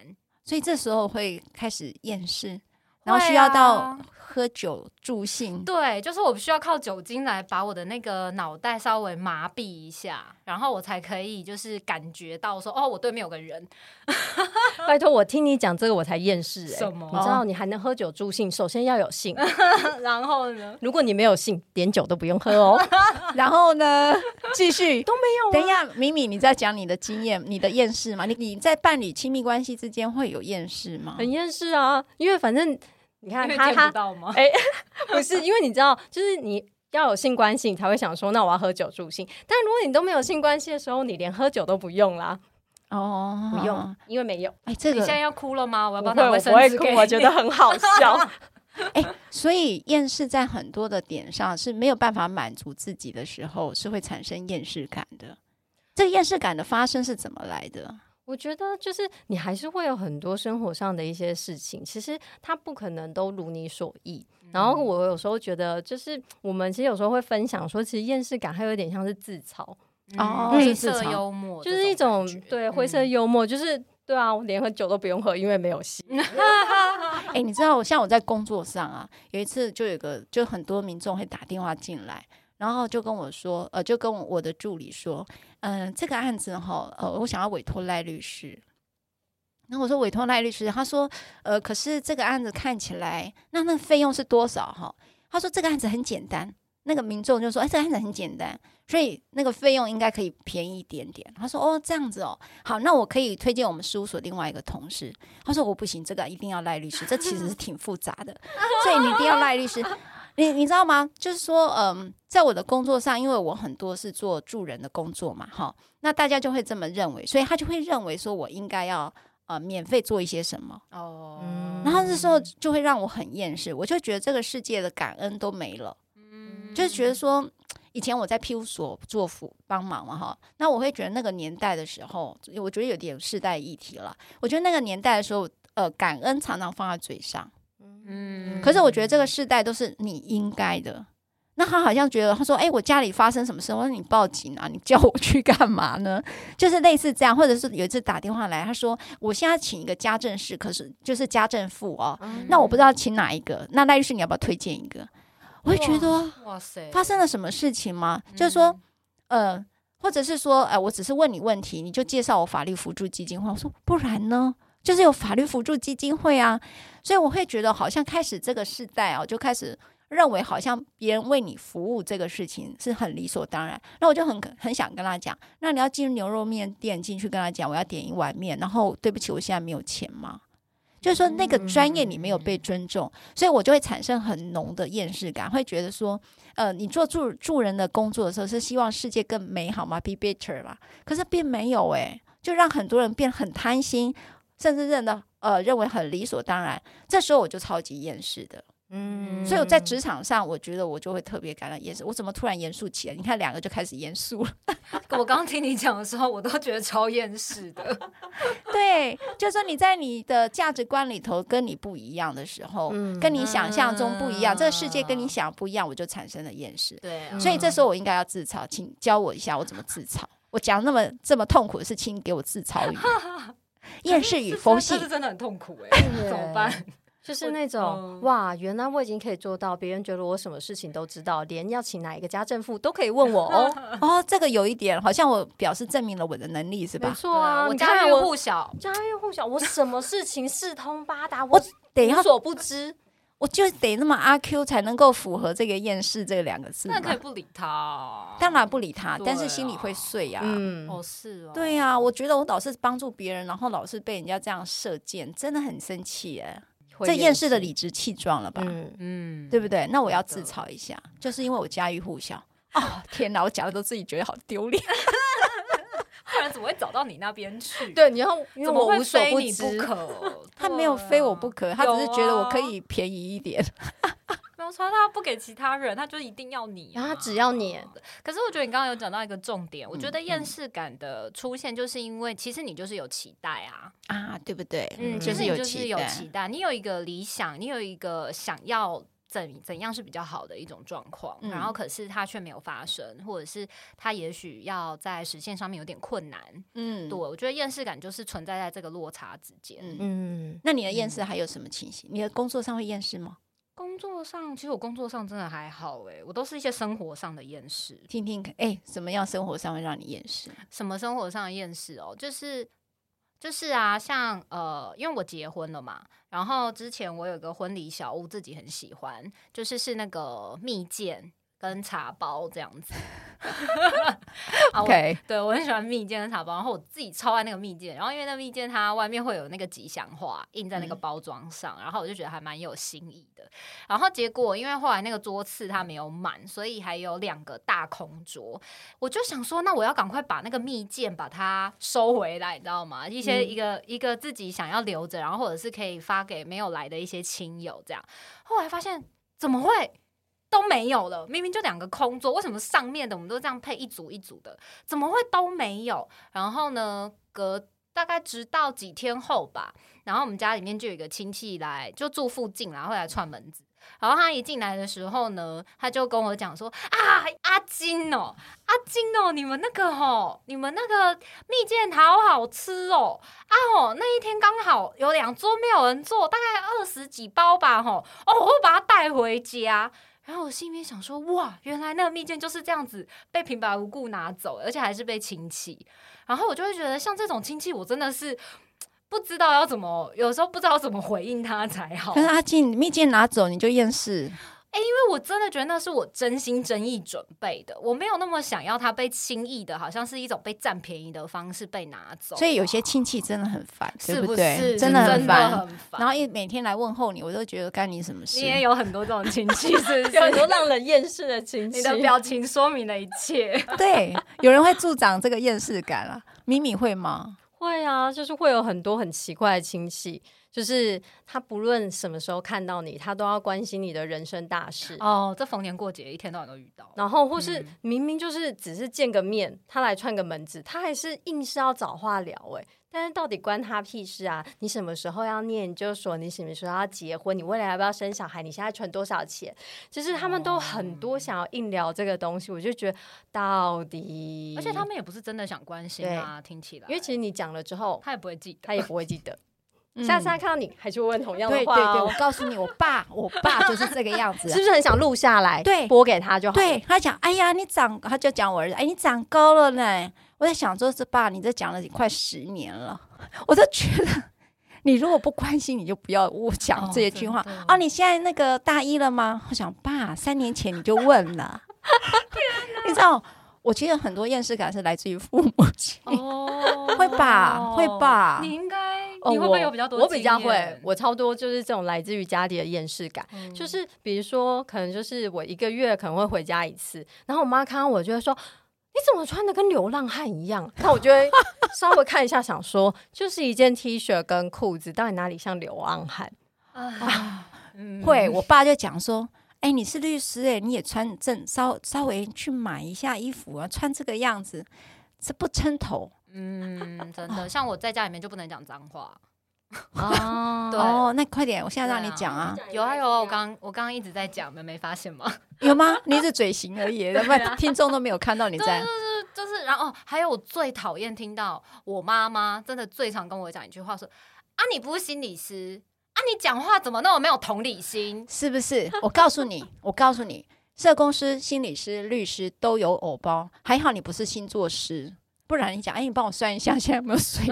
[SPEAKER 1] 所以这时候会开始厌世，
[SPEAKER 2] 会
[SPEAKER 1] 然后需要到
[SPEAKER 2] 啊
[SPEAKER 1] 喝酒助兴。
[SPEAKER 2] 对，就是我需要靠酒精来把我的那个脑袋稍微麻痹一下，然后我才可以就是感觉到说，哦，我对面有个人。
[SPEAKER 3] 拜托，我听你讲这个我才厌世哎、
[SPEAKER 2] 什么
[SPEAKER 3] 你知道你还能喝酒助兴，首先要有 性，
[SPEAKER 2] 然后呢？
[SPEAKER 3] 如果你没有性，点酒都不用喝 哦。
[SPEAKER 1] 然后 呢，继续
[SPEAKER 3] 都没啊
[SPEAKER 1] 等一下，米米，你在讲你的经验，你的厌世吗？你你在伴侣亲密关系之间会有厌世吗？
[SPEAKER 3] 很厌世啊，因为反正你看
[SPEAKER 2] 因为
[SPEAKER 3] 他
[SPEAKER 2] 见不
[SPEAKER 3] 他
[SPEAKER 2] 到吗？
[SPEAKER 3] 不是因为你知道，就是你要有性关系，你才会想说，那我要喝酒助兴。但如果你都没有性关系的时候，你连喝酒都不用啦，
[SPEAKER 1] 哦，
[SPEAKER 3] 不用，
[SPEAKER 2] 嗯
[SPEAKER 3] 因为没有。
[SPEAKER 1] 哎，这
[SPEAKER 2] 你现在
[SPEAKER 1] 个，
[SPEAKER 2] 要哭了吗？我要
[SPEAKER 3] 不
[SPEAKER 2] 帮
[SPEAKER 3] 会，
[SPEAKER 2] 他
[SPEAKER 3] 我不会
[SPEAKER 2] 卫生纸
[SPEAKER 3] 哭
[SPEAKER 2] 给，你。
[SPEAKER 3] 我觉得很好笑。
[SPEAKER 1] 哎所以厌世在很多的点上是没有办法满足自己的时候，是会产生厌世感的。这个厌世感的发生是怎么来的？
[SPEAKER 3] 我觉得就是你还是会有很多生活上的一些事情，其实它不可能都如你所意。
[SPEAKER 2] 嗯
[SPEAKER 3] 然后我有时候觉得，就是我们其实有时候会分享说，其实厌世感还有一点像是自嘲，
[SPEAKER 1] 哦
[SPEAKER 2] 嗯
[SPEAKER 1] 是
[SPEAKER 2] 灰
[SPEAKER 1] 自
[SPEAKER 2] 色
[SPEAKER 1] 嘲
[SPEAKER 2] 幽默这
[SPEAKER 3] 就
[SPEAKER 2] 感觉，
[SPEAKER 3] 是一种对灰色
[SPEAKER 2] 嗯
[SPEAKER 3] 幽默，就是对啊，我连喝酒都不用喝，因为没有戏。
[SPEAKER 1] 哎，你知道，像我在工作上啊，有一次就有个，就很多民众会打电话进来，然后就跟我说，呃，就跟我的助理说，嗯、这个案子哈，呃，我想要委托赖律师。然后我说委托赖律师，他说，呃，可是这个案子看起来，那那费用是多少哈？他说这个案子很简单，那个民众就说：“哎，这个案子很简单，所以那个费用应该可以便宜一点点。”他说：“哦，这样子哦，好，那我可以推荐我们事务所另外一个同事。”他说：“我不行，这个一定要赖律师，这其实是挺复杂的， 所以你一定要赖律师。”你你知道吗？就是说，嗯，在我的工作上，因为我很多是做助人的工作嘛，哈，那大家就会这么认为，所以他就会认为说我应该要呃免费做一些什么，
[SPEAKER 2] 哦，
[SPEAKER 3] 嗯
[SPEAKER 1] 然后这时候就会让我很厌世，我就觉得这个世界的感恩都没了。
[SPEAKER 2] 嗯
[SPEAKER 1] 就是觉得说，以前我在庇护所做辅帮忙嘛哈，那我会觉得那个年代的时候，我觉得有点世代议题了。我觉得那个年代的时候，呃，感恩常常放在嘴上，
[SPEAKER 2] 嗯
[SPEAKER 1] 可是我觉得这个世代都是你应该的。那他好像觉得，他说：“哎、我家里发生什么事？”我说：“你报警啊！你叫我去干嘛呢？”就是类似这样，或者是有一次打电话来，他说：“我现在请一个家政师，可是就是家政妇哦，
[SPEAKER 2] 嗯
[SPEAKER 1] 那我不知道请哪一个。那赖律师，你要不要推荐一个？”我会觉得，
[SPEAKER 2] 哇塞，
[SPEAKER 1] 发生了什么事情吗？
[SPEAKER 2] 嗯
[SPEAKER 1] 就是说，呃，或者是说，哎、我只是问你问题，你就介绍我法律辅助基金会。我说不然呢？就是有法律辅助基金会啊，所以我会觉得好像开始这个时代啊，就开始认为好像别人为你服务这个事情是很理所当然。那我就很很想跟他讲，那你要进牛肉面店进去跟他讲，我要点一碗面，然后对不起，我现在没有钱嘛。就是说，那个专业你没有被尊重，所以我就会产生很浓的厌世感，会觉得说，呃，你做助助人的工作的时候，是希望世界更美好吗？Be better 啦，可是并没有诶、就让很多人变很贪心，甚至认得呃认为很理所当然。这时候我就超级厌世的，
[SPEAKER 3] 嗯
[SPEAKER 1] 所以我在职场上，我觉得我就会特别感到厌世。我怎么突然严肃起来？你看两个就开始严肃了。
[SPEAKER 2] 我刚听你讲的时候，我都觉得超厌世的。
[SPEAKER 1] 对，就是说你在你的价值观里头跟你不一样的时候，
[SPEAKER 3] 嗯
[SPEAKER 1] 跟你想象中不一样，
[SPEAKER 2] 嗯
[SPEAKER 1] 这个世界跟你想不一样，我就产生了厌世。
[SPEAKER 2] 对
[SPEAKER 3] 啊
[SPEAKER 1] 所以这时候我应该要自嘲，请教我一下我怎么自嘲。我讲那么这么痛苦的事情，给我自嘲语、厌世语、佛系
[SPEAKER 2] 这。是真的很痛苦哎、
[SPEAKER 3] 耶
[SPEAKER 2] 怎么办？
[SPEAKER 3] 就是
[SPEAKER 2] 我
[SPEAKER 3] 那种
[SPEAKER 2] 嗯
[SPEAKER 3] 哇，原来我已经可以做到，别人觉得我什么事情都知道，连要请哪一个家政妇都可以问 我哦，
[SPEAKER 1] 哦，这个有一点，好像我表示证明了我的能力是
[SPEAKER 3] 没
[SPEAKER 1] 吧？
[SPEAKER 3] 错啊，
[SPEAKER 2] 我
[SPEAKER 3] 你
[SPEAKER 2] 家
[SPEAKER 3] 看
[SPEAKER 2] 喻
[SPEAKER 3] 我
[SPEAKER 2] 户晓，
[SPEAKER 3] 家喻户晓，我什么事情四通八达，
[SPEAKER 2] 哦
[SPEAKER 1] 我
[SPEAKER 3] 我
[SPEAKER 1] 得
[SPEAKER 3] 无
[SPEAKER 1] 要，
[SPEAKER 3] 所不知，
[SPEAKER 1] 我就得那么阿 Q 才能够符合这个厌世这两个字
[SPEAKER 2] 那可
[SPEAKER 1] 嘛
[SPEAKER 2] 以。不理他、哦。
[SPEAKER 1] 当然不理他，
[SPEAKER 2] 对
[SPEAKER 1] 但是心里会碎呀、
[SPEAKER 3] 嗯，
[SPEAKER 2] 哦，是哦，
[SPEAKER 1] 对呀、我觉得我老是帮助别人，然后老是被人家这样射箭，真的很生气哎、
[SPEAKER 3] 会
[SPEAKER 1] 这厌世的理直气壮了吧？
[SPEAKER 3] 嗯，
[SPEAKER 2] 嗯，
[SPEAKER 1] 对不对？那我要自嘲一下，就是因为我家喻户晓。哦，天哪！我讲的都自己觉得好丢脸。
[SPEAKER 2] 不然怎么会找到你那边去？
[SPEAKER 3] 对，你要因为
[SPEAKER 2] 怎么
[SPEAKER 3] 我
[SPEAKER 2] 会
[SPEAKER 3] 无所
[SPEAKER 2] 非你
[SPEAKER 3] 知
[SPEAKER 2] 不，可？
[SPEAKER 1] 他没有非我不
[SPEAKER 2] 可，
[SPEAKER 1] 可，他只是觉得
[SPEAKER 2] 有啊
[SPEAKER 1] 我可以便宜一点。
[SPEAKER 2] 没有说他不给其他人，他就一定要你、啊嗯
[SPEAKER 3] 然后他只要你，
[SPEAKER 2] 可是我觉得你刚刚有讲到一个重点，我觉得
[SPEAKER 1] 嗯
[SPEAKER 2] 厌世感的出现，就是因为其实你就是有期待啊，
[SPEAKER 1] 啊，对不对？
[SPEAKER 3] 嗯
[SPEAKER 2] 其
[SPEAKER 1] 就
[SPEAKER 2] 实
[SPEAKER 1] 是
[SPEAKER 2] 你
[SPEAKER 1] 有
[SPEAKER 2] 就是
[SPEAKER 1] 期
[SPEAKER 2] 有
[SPEAKER 1] 待。
[SPEAKER 2] 期待，你有一个理想，你有一个想要。怎怎样是比较好的一种状况，
[SPEAKER 1] 嗯
[SPEAKER 2] 然后可是它却没有发生，或者是它也许要在实现上面有点困难。
[SPEAKER 1] 嗯
[SPEAKER 2] 对，我觉得厌世感就是存在在这个落差之间。
[SPEAKER 1] 嗯
[SPEAKER 3] 嗯，
[SPEAKER 1] 那你的厌世还有什么情形？你的工作上会厌世吗？
[SPEAKER 2] 工作上，其实我工作上真的还好诶、我都是一些生活上的厌世。
[SPEAKER 1] 听听看，哎，怎么样生活上会让你厌世？
[SPEAKER 2] 什么生活上的厌世哦，就是就是啊，像呃，因为我结婚了嘛，然后之前我有个婚礼小屋，自己很喜欢，就是是那个蜜饯跟茶包这样子。 啊我
[SPEAKER 1] OK
[SPEAKER 2] 对我很喜欢蜜饯跟茶包，然后我自己超爱那个蜜饯，然后因为那蜜饯它外面会有那个吉祥话印在那个
[SPEAKER 1] 嗯
[SPEAKER 2] 包装上，然后我就觉得还蛮有新意的。然后结果因为后来那个桌次它没有满，所以还有两个大空桌，我就想说，那我要赶快把那个蜜饯把它收回来，你知道吗？一些
[SPEAKER 1] 嗯
[SPEAKER 2] 一个、一个自己想要留着，然后或者是可以发给没有来的一些亲友这样。后来发现怎么会？都没有了，明明就两个空桌，为什么上面的我们都这样配一组一组的，怎么会都没有？然后呢，隔大概直到几天后吧，然后我们家里面就有一个亲戚来，就住附近啦，然后来串门子。然后他一进来的时候呢，他就跟我讲说：“啊，阿金哦，阿金哦，你们那个哦，你们那个蜜饯好好吃哦，啊吼，那一天刚好有两桌没有人做，大概二十几包吧吼，哦，我会把它带回家。”然后我心里面想说，哇，原来那个蜜饯就是这样子被平白无故拿走，而且还是被亲戚。然后我就会觉得，像这种亲戚，我真的是不知道要怎么，有时候不知道怎么回应他才好。
[SPEAKER 1] 可是阿静，蜜饯拿走你就厌世，
[SPEAKER 2] 因为我真的觉得那是我真心真意准备的，我没有那么想要它被轻易的，好像是一种被占便宜的方式被拿走。啊
[SPEAKER 1] 所以有些亲戚真的很烦，
[SPEAKER 2] 哦是
[SPEAKER 1] 对
[SPEAKER 2] 不
[SPEAKER 1] 对？
[SPEAKER 2] 是
[SPEAKER 1] 真
[SPEAKER 2] 的
[SPEAKER 1] 很烦。
[SPEAKER 2] 很烦
[SPEAKER 1] 然后一每天来问候你，我都觉得干你什么事
[SPEAKER 2] 你？也有很多这种亲戚，是不
[SPEAKER 3] 有很
[SPEAKER 2] 是？
[SPEAKER 3] 多让人厌世的情
[SPEAKER 2] 你
[SPEAKER 3] 绪。
[SPEAKER 2] 的表情说明了一切。
[SPEAKER 1] 对，有人会助长这个厌世感啦。米米会吗？
[SPEAKER 3] 会啊，就是会有很多很奇怪的亲戚，就是他不论什么时候看到你，他都要关心你的人生大事。
[SPEAKER 2] 哦，这逢年过节一天到晚都遇到。
[SPEAKER 3] 然后，或
[SPEAKER 2] 嗯
[SPEAKER 3] 是明明就是只是见个面，他来串个门子，他还是硬是要找话聊哎、但是到底关他屁事啊？你什么时候要念研究所？你什么时候要结婚？你未来要不要生小孩？你现在存多少钱？其实他们都
[SPEAKER 2] 哦
[SPEAKER 3] 很多想要硬聊这个东西，我就觉得到底，
[SPEAKER 2] 而且他们也不是真的想关心啊，听起来，
[SPEAKER 3] 因为其实你讲了之后，
[SPEAKER 2] 他也不会 记得。
[SPEAKER 3] 他也不会记 得。下次
[SPEAKER 2] 嗯
[SPEAKER 3] 他看到你，还是会问同样
[SPEAKER 1] 对
[SPEAKER 3] 的
[SPEAKER 1] 嗯对
[SPEAKER 3] 话、
[SPEAKER 1] 对，我
[SPEAKER 3] 哦，
[SPEAKER 1] 告诉你，我爸，我爸 就是这个样子啊
[SPEAKER 3] 是。不是很想录下来，
[SPEAKER 1] 对
[SPEAKER 3] 播给他就好？
[SPEAKER 1] 对，他讲，哎呀，你长，他就讲我儿子，哎，你长高了呢。我在想说，这爸，你这讲了快十年了， 我都觉得你如果不关心，你就不要我讲
[SPEAKER 2] 哦
[SPEAKER 1] 这一句话、
[SPEAKER 2] 真的
[SPEAKER 1] 啊。你现在那个大一了吗？我想，爸，三年前你就问了， 你知道，我其实很多厌世感是来自于父母亲。
[SPEAKER 2] 哦
[SPEAKER 1] 会吧会吧
[SPEAKER 2] 你应该，
[SPEAKER 3] 哦，
[SPEAKER 2] 你会不会有比较多
[SPEAKER 3] 我？我比较
[SPEAKER 2] 经验
[SPEAKER 3] 会，我超多就是这种来自于家里的厌世感，
[SPEAKER 2] 嗯
[SPEAKER 3] 就是比如说，可能就是我一个月可能会回家一次，然后我妈看到我就会说：“你怎么穿的跟流浪汉一样？”那我就 会稍微看一下，想说就是一件 T 恤跟裤子，到底哪里像流浪汉？
[SPEAKER 2] 啊，嗯
[SPEAKER 1] 会，我爸就讲说。哎，你是律师哎，你也穿正稍稍微去买一下衣服啊，穿这个样子，这不撑头
[SPEAKER 2] 嗯，真的，像我在家里面就不能讲脏话。
[SPEAKER 3] 哦
[SPEAKER 2] 对
[SPEAKER 1] 哦。那快点，我现在让你
[SPEAKER 2] 对啊
[SPEAKER 1] 讲啊。
[SPEAKER 2] 有啊有啊，我刚我刚刚一直在讲，你们没发现吗？
[SPEAKER 1] 有吗？你只嘴型而已，要欸不
[SPEAKER 2] 啊
[SPEAKER 1] 然听众都没有看到你在。
[SPEAKER 2] 就是，然后还有我最讨厌听到我妈妈真的最常跟我讲一句话说：“啊，你不是心理师啊，你讲话怎么那么没有同理心
[SPEAKER 1] 是不是？我告诉你，我告诉你，社工师、心理师、律师都有偶包，还好你不是星座师，不然你讲，哎，你帮我算一下现在 有没有 水？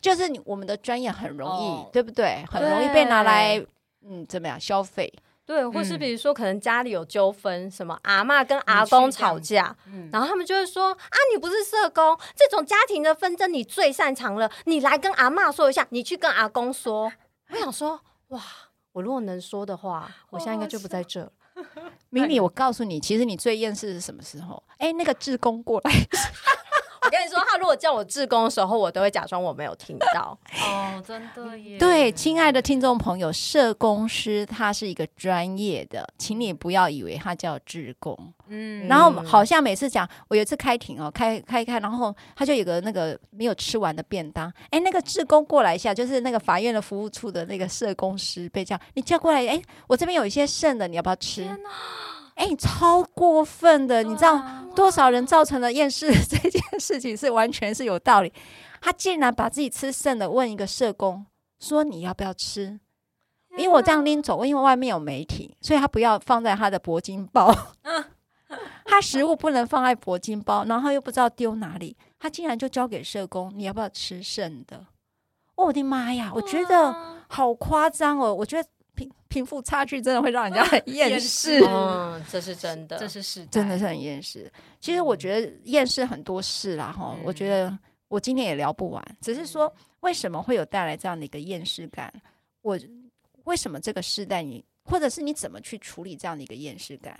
[SPEAKER 1] 就是你我们的专业很容易，
[SPEAKER 2] 哦
[SPEAKER 1] 对不对？很容易被拿
[SPEAKER 3] 对
[SPEAKER 1] 来，嗯，怎么样消费？
[SPEAKER 3] 对，或是
[SPEAKER 2] 嗯
[SPEAKER 3] 比如说可能家里有纠纷，什么阿嬷跟阿公吵架，？”
[SPEAKER 2] 嗯，
[SPEAKER 3] 然后他们就会说啊，你不是社工，这种家庭的纷争你最擅长了，你来跟阿嬷说一下，你去跟阿公说。我想说，哇，我如果能说的话，我现在应该就不在这了。
[SPEAKER 1] 米米，我告诉你，其实你最厌世是什么时候？哎，那个志工过来，
[SPEAKER 3] 我跟你说，他如果叫我志工的时候，我都会假装我没有听 到。
[SPEAKER 2] 哦，真的耶，
[SPEAKER 1] 对，亲爱的听众朋友，社工师他是一个专业的，请你不要以为他叫志工。
[SPEAKER 2] 嗯，
[SPEAKER 1] 然后好像每次讲，我有一次开庭哦，开开一开，然后他就有个那个没有吃完的便当，哎，那个志工过来一下，就是那个法院的服务处的那个社工师被叫，你叫过来，哎，我这边有一些剩的，你要不要吃？哎，你超过分
[SPEAKER 2] 啊
[SPEAKER 1] 的，你知道多少人造成了厌世 这件事情是完全是有道理。他竟然把自己吃剩的问一个社工说你要不要吃？因为我这样拎走，因为外面有媒体，所以他不要放在他的铂金包。 他食物不能放在铂金包，然后又不知道丢哪里，他竟然就交给社工，你要不要吃剩的？哦，我的妈呀！我觉得
[SPEAKER 2] 啊
[SPEAKER 1] 好夸张哦，我觉得贫贫富差距真的会让人家很厌
[SPEAKER 2] 厌
[SPEAKER 1] 世
[SPEAKER 2] 世，
[SPEAKER 3] 嗯，这是真的，
[SPEAKER 2] 这是世代
[SPEAKER 1] 真的是很厌世。其实
[SPEAKER 2] 嗯
[SPEAKER 1] 我觉得厌世很多事啦，哈、我觉得我今天也聊不完，只是
[SPEAKER 2] 嗯
[SPEAKER 1] 说为什么会有带来这样的一个厌世感？我为什么这个世代你，或者是你怎么去处理这样的一个厌世感？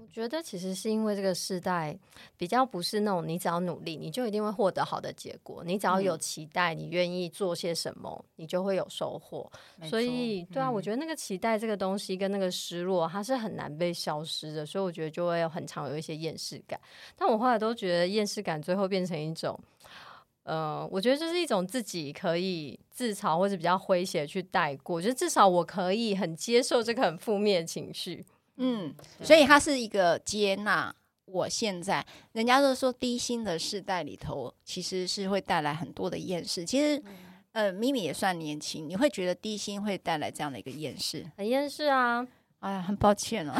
[SPEAKER 3] 我觉得其实是因为这个时代比较不是那种你只要努力你就一定会获得好的结果，你只要
[SPEAKER 2] 嗯
[SPEAKER 3] 有期待，你愿意做些什么，你就会有收获。
[SPEAKER 2] 没
[SPEAKER 3] 所
[SPEAKER 2] 错
[SPEAKER 3] 以，对啊，我
[SPEAKER 2] 嗯
[SPEAKER 3] 觉得那个期待这个东西跟那个失落，它是很难被消失的，所以我觉得就会有很常有一些厌世感。但我后来都觉得厌世感最后变成一种，呃，我觉得就是一种自己可以自嘲或者比较诙谐去带过，我觉得至少我可以很接受这个很负面的情绪。
[SPEAKER 1] 嗯，
[SPEAKER 2] 对
[SPEAKER 1] 所以它是一个接纳。我现在，人家都说低薪的世代里头，其实是会带来很多的厌世。其实，
[SPEAKER 2] 嗯
[SPEAKER 1] 呃，咪咪也算年轻，你会觉得低薪会带来这样的一个厌世？
[SPEAKER 3] 很厌世啊，
[SPEAKER 1] 哎呀，很抱歉哦。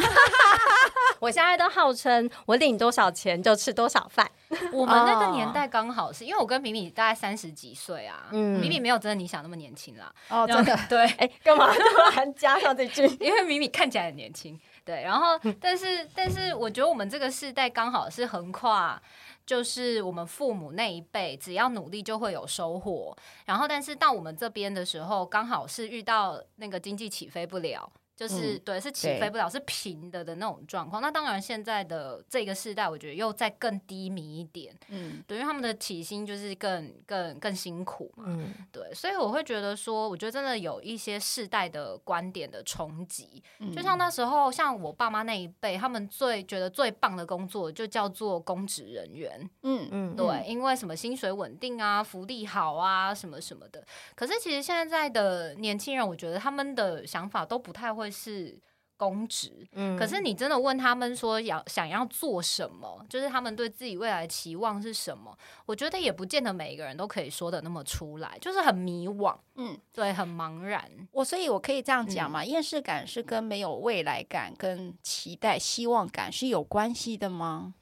[SPEAKER 3] 我现在都号称我领多少钱就吃多少饭，
[SPEAKER 2] 我们那个
[SPEAKER 1] 哦
[SPEAKER 2] 年代刚好是因为我跟米米大概三十几岁啊，
[SPEAKER 3] 嗯
[SPEAKER 2] 米米没有真的你想那么年轻啦，
[SPEAKER 1] 哦， 真的
[SPEAKER 2] 然后对，
[SPEAKER 3] 哎、干嘛突然加上这句？
[SPEAKER 2] 因为米米看起来很年轻，对。然后，
[SPEAKER 1] 嗯
[SPEAKER 2] 但是，但是，我觉得我们这个世代刚好是横跨，就是我们父母那一辈，只要努力就会有收获。然后，但是到我们这边的时候，刚好是遇到那个经济起飞不了。就是、
[SPEAKER 1] 嗯
[SPEAKER 2] 对，是起
[SPEAKER 1] 对
[SPEAKER 2] 飞不了，是平的的那种状况。那当然，现在的这个世代，我觉得又再更低迷一点，
[SPEAKER 1] 嗯，
[SPEAKER 2] 对，因为他们的起薪就是更更更辛苦嘛。
[SPEAKER 3] 嗯，
[SPEAKER 2] 对，所以我会觉得说，我觉得真的有一些世代的观点的冲击。
[SPEAKER 1] 嗯
[SPEAKER 2] 就像那时候，像我爸妈那一辈，他们最觉得最棒的工作就叫做公职人员，
[SPEAKER 1] 嗯
[SPEAKER 3] 嗯
[SPEAKER 2] 对，因为什么薪水稳定啊，福利好啊，什么什么的。可是其实现在的年轻人，我觉得他们的想法都不太会是公职，
[SPEAKER 3] 嗯
[SPEAKER 2] 可是你真的问他们说要想要做什么，就是他们对自己未来的期望是什么？我觉得也不见得每一个人都可以说的那么出来，就是很迷惘，
[SPEAKER 1] 嗯，
[SPEAKER 2] 对，很茫然。
[SPEAKER 1] 我所以我可以这样讲嘛，厌世感是跟没有未来感、跟期待、希望感是有关系的吗？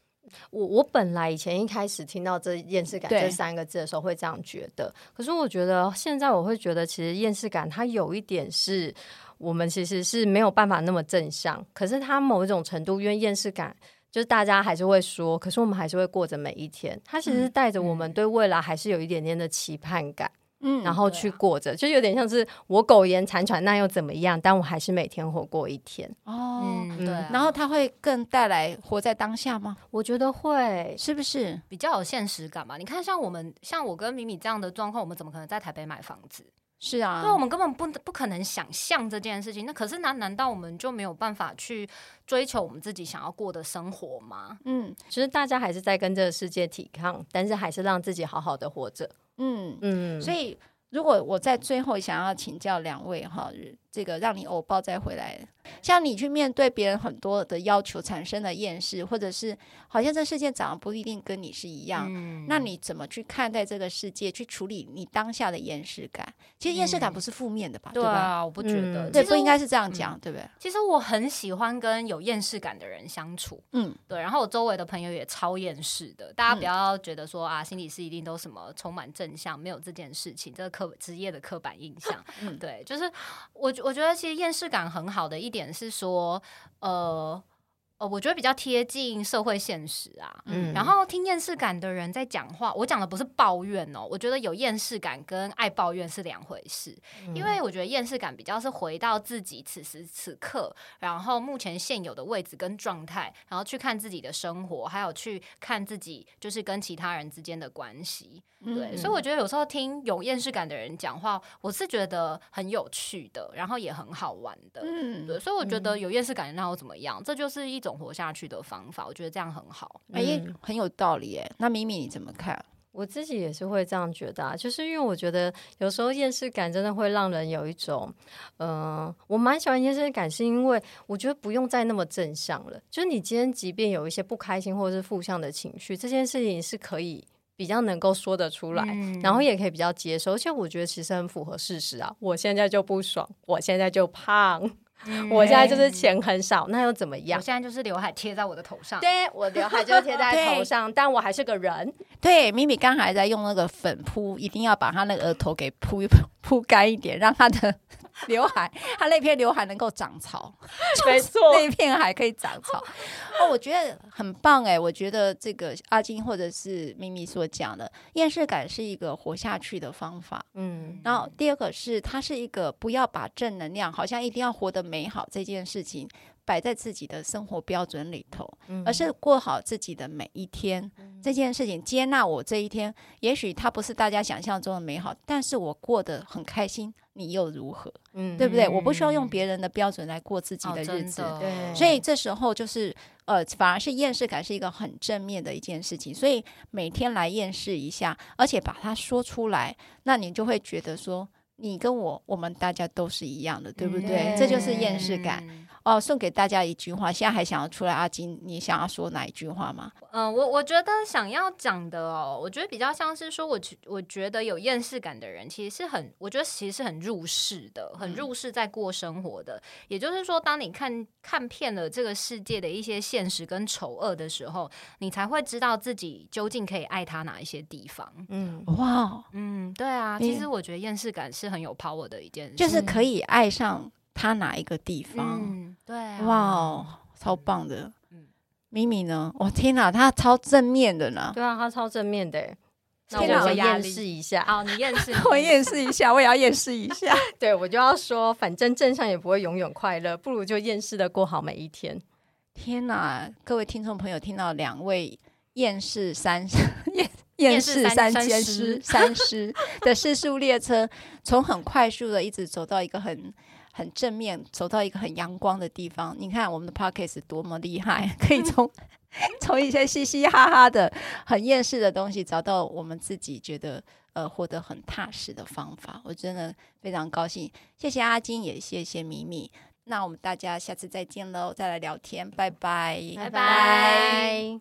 [SPEAKER 3] 我我本来以前一开始听到这厌世感
[SPEAKER 1] 对
[SPEAKER 3] 这三个字的时候会这样觉得，可是我觉得现在我会觉得，其实厌世感它有一点是我们其实是没有办法那么正向，可是它某一种程度，因为厌世感。就是大家还是会说，可是我们还是会过着每一天。它其实是带着我们对未来还是有一点点的期盼感，
[SPEAKER 1] 嗯
[SPEAKER 3] 然后
[SPEAKER 2] 对啊
[SPEAKER 3] 去过着，就有点像是我苟延残喘，那又怎么样？但我还是每天活过一天。
[SPEAKER 1] 哦，
[SPEAKER 2] 嗯，
[SPEAKER 3] 嗯
[SPEAKER 2] 对啊、
[SPEAKER 1] 然后它会更带来活在当下吗？
[SPEAKER 3] 我觉得会，
[SPEAKER 1] 是不是？
[SPEAKER 2] 比较有现实感嘛。你看，像我们，像我跟米米这样的状况，我们怎么可能在台北买房子？
[SPEAKER 1] 是啊，
[SPEAKER 2] 对，我们根本不不可能想象这件事情。那可是，难难道我们就没有办法去追求我们自己想要过的生活吗？
[SPEAKER 1] 嗯
[SPEAKER 3] 其实大家还是在跟这个世界抵抗，但是还是让自己好好的活着。
[SPEAKER 1] 嗯，
[SPEAKER 3] 嗯，
[SPEAKER 1] 所以如果我在最后想要请教两位哈，这个让你偶包再回来，像你去面对别人很多的要求产生的厌世，或者是好像这世界长得不一定跟你是一样。
[SPEAKER 2] 嗯
[SPEAKER 1] 那你怎么去看待这个世界？去处理你当下的厌世感？其实厌世感
[SPEAKER 2] 嗯
[SPEAKER 1] 不是负面的吧？
[SPEAKER 2] 对
[SPEAKER 1] 吧？
[SPEAKER 2] 啊，我不觉得，
[SPEAKER 3] 嗯
[SPEAKER 1] 对，
[SPEAKER 2] 其
[SPEAKER 1] 不
[SPEAKER 2] 实
[SPEAKER 1] 应
[SPEAKER 2] 我嗯
[SPEAKER 1] 该是这样讲，对不对？
[SPEAKER 2] 其实我很喜欢跟有厌世感的人相处，
[SPEAKER 1] 嗯
[SPEAKER 2] 对。然后我周围的朋友也超厌世的，大家
[SPEAKER 1] 嗯
[SPEAKER 2] 不要觉得说、啊，心理师一定都什么充满正向，没有这件事情，这个刻职业的刻板印象。
[SPEAKER 1] 嗯
[SPEAKER 2] 对，就是我我觉得其实厌世感很好的一点是说，呃呃，我觉得比较贴近社会现实啊。
[SPEAKER 1] 嗯
[SPEAKER 2] 然后听厌世感的人在讲话，我讲的不是抱怨哦，我觉得有厌世感跟爱抱怨是两回事。
[SPEAKER 1] 嗯
[SPEAKER 2] 因为我觉得厌世感比较是回到自己此时此刻，然后目前现有的位置跟状态，然后去看自己的生活，还有去看自己就是跟其他人之间的关系。
[SPEAKER 1] 嗯
[SPEAKER 2] 对，所以我觉得有时候听有厌世感的人讲话，我是觉得很有趣的，然后也很好玩的。
[SPEAKER 1] 嗯
[SPEAKER 2] 对，所以我觉得有厌世感让我怎么样，这就是一种活下去的方法。我觉得这样很好。
[SPEAKER 1] 哎、很有道理哎。那米米你怎么看？
[SPEAKER 3] 我自己也是会这样觉得、啊，就是因为我觉得有时候厌世感真的会让人有一种，嗯、我蛮喜欢厌世感，是因为我觉得不用再那么正向了。就是你今天即便有一些不开心或者是负向的情绪，这件事情是可以比较能够说得出来，
[SPEAKER 2] 嗯
[SPEAKER 3] 然后也可以比较接受。而且我觉得其实很符合事实啊，我现在就不爽，我现在就胖，
[SPEAKER 1] 嗯
[SPEAKER 2] 嗯
[SPEAKER 3] 我现在就是钱很少，那又怎么
[SPEAKER 2] 我
[SPEAKER 3] 样
[SPEAKER 2] 现？在就是刘海贴在我的头上。哦
[SPEAKER 3] 对我刘海就贴在
[SPEAKER 1] 对
[SPEAKER 3] 头上，但我还是个人。
[SPEAKER 1] 对，米米刚才在用那个粉扑，一定要把她那个额头给扑一扑扑干一点，让她的 刘海，她那片刘海能够长草，
[SPEAKER 3] 没错
[SPEAKER 1] 那一片还可以长草。哦，我觉得很棒哎，我觉得这个阿金或者是咪咪所讲的厌世感是一个活下去的方法。
[SPEAKER 3] 嗯
[SPEAKER 1] 然后第二个是，它是一个不要把正能量，好像一定要活得美好这件事情摆在自己的生活标准里头，
[SPEAKER 3] 嗯
[SPEAKER 1] 而是过好自己的每一天这件事情。接纳我这一天，也许它不是大家想象中的美好，但是我过得很开心，你又如何？
[SPEAKER 3] 嗯
[SPEAKER 1] 对不对？我不需要用别人的标准来过自己
[SPEAKER 2] 哦
[SPEAKER 1] 的日
[SPEAKER 2] 真
[SPEAKER 1] 子。
[SPEAKER 2] 的
[SPEAKER 3] 对
[SPEAKER 1] 所以这时候就是呃，反而是厌世感是一个很正面的一件事情，所以每天来厌世一下，而且把它说出来，那你就会觉得说，你跟我，我们大家都是一样的，对不对？
[SPEAKER 3] 嗯
[SPEAKER 1] 这就是厌世感。
[SPEAKER 2] 嗯
[SPEAKER 1] 哦，送给大家一句话，现在还想要出来阿金，你想要说哪一句话吗？
[SPEAKER 2] 嗯，我我觉得想要讲的哦，我觉得比较像是说我觉，我觉得有厌世感的人，其实是很，我觉得其实是很入世的，很入世在过生活的。也就是说，当你看看遍了这个世界的一些现实跟丑恶的时候，你才会知道自己究竟可以爱他哪一些地方。
[SPEAKER 3] 嗯，
[SPEAKER 1] 哇，哦
[SPEAKER 2] 嗯，对啊，
[SPEAKER 1] 嗯
[SPEAKER 2] 其实我觉得厌世感是很有 power 的一件事，
[SPEAKER 1] 就是可以爱上他哪一个地方？
[SPEAKER 2] 嗯，对、啊，
[SPEAKER 1] 哇哦，超棒的
[SPEAKER 2] 嗯。
[SPEAKER 1] 咪咪呢？我、天哪，她超正面的呢。
[SPEAKER 3] 对啊，他超正面的欸。那
[SPEAKER 1] 天哪
[SPEAKER 3] 我
[SPEAKER 1] 有
[SPEAKER 3] 也
[SPEAKER 2] 压
[SPEAKER 3] 厌
[SPEAKER 2] 力
[SPEAKER 3] 世一 下，
[SPEAKER 2] 好，你厌 世，你
[SPEAKER 1] 我演示一下，我也要演示一下。
[SPEAKER 3] 对我就要说，反正正向也不会永远快乐，不如就厌世的过好每一天。
[SPEAKER 1] 天哪，各位听众朋友，听到两位厌世三 厌
[SPEAKER 2] 厌
[SPEAKER 1] 厌
[SPEAKER 2] 世
[SPEAKER 1] 世
[SPEAKER 2] 三
[SPEAKER 1] 三
[SPEAKER 2] 三
[SPEAKER 1] 千
[SPEAKER 2] 师
[SPEAKER 1] 师三 师的世速列车，从很快速的一直走到一个很很正面，走到一个很阳光的地方。你看我们的 podcast 多么厉害，可以从 从一些嘻嘻哈哈的、很厌世的东西，找到我们自己觉得呃活得很踏实的方法。我真的非常高兴，谢谢阿金，也谢谢米米。那我们大家下次再见喽，再来聊天，拜拜。
[SPEAKER 2] 拜拜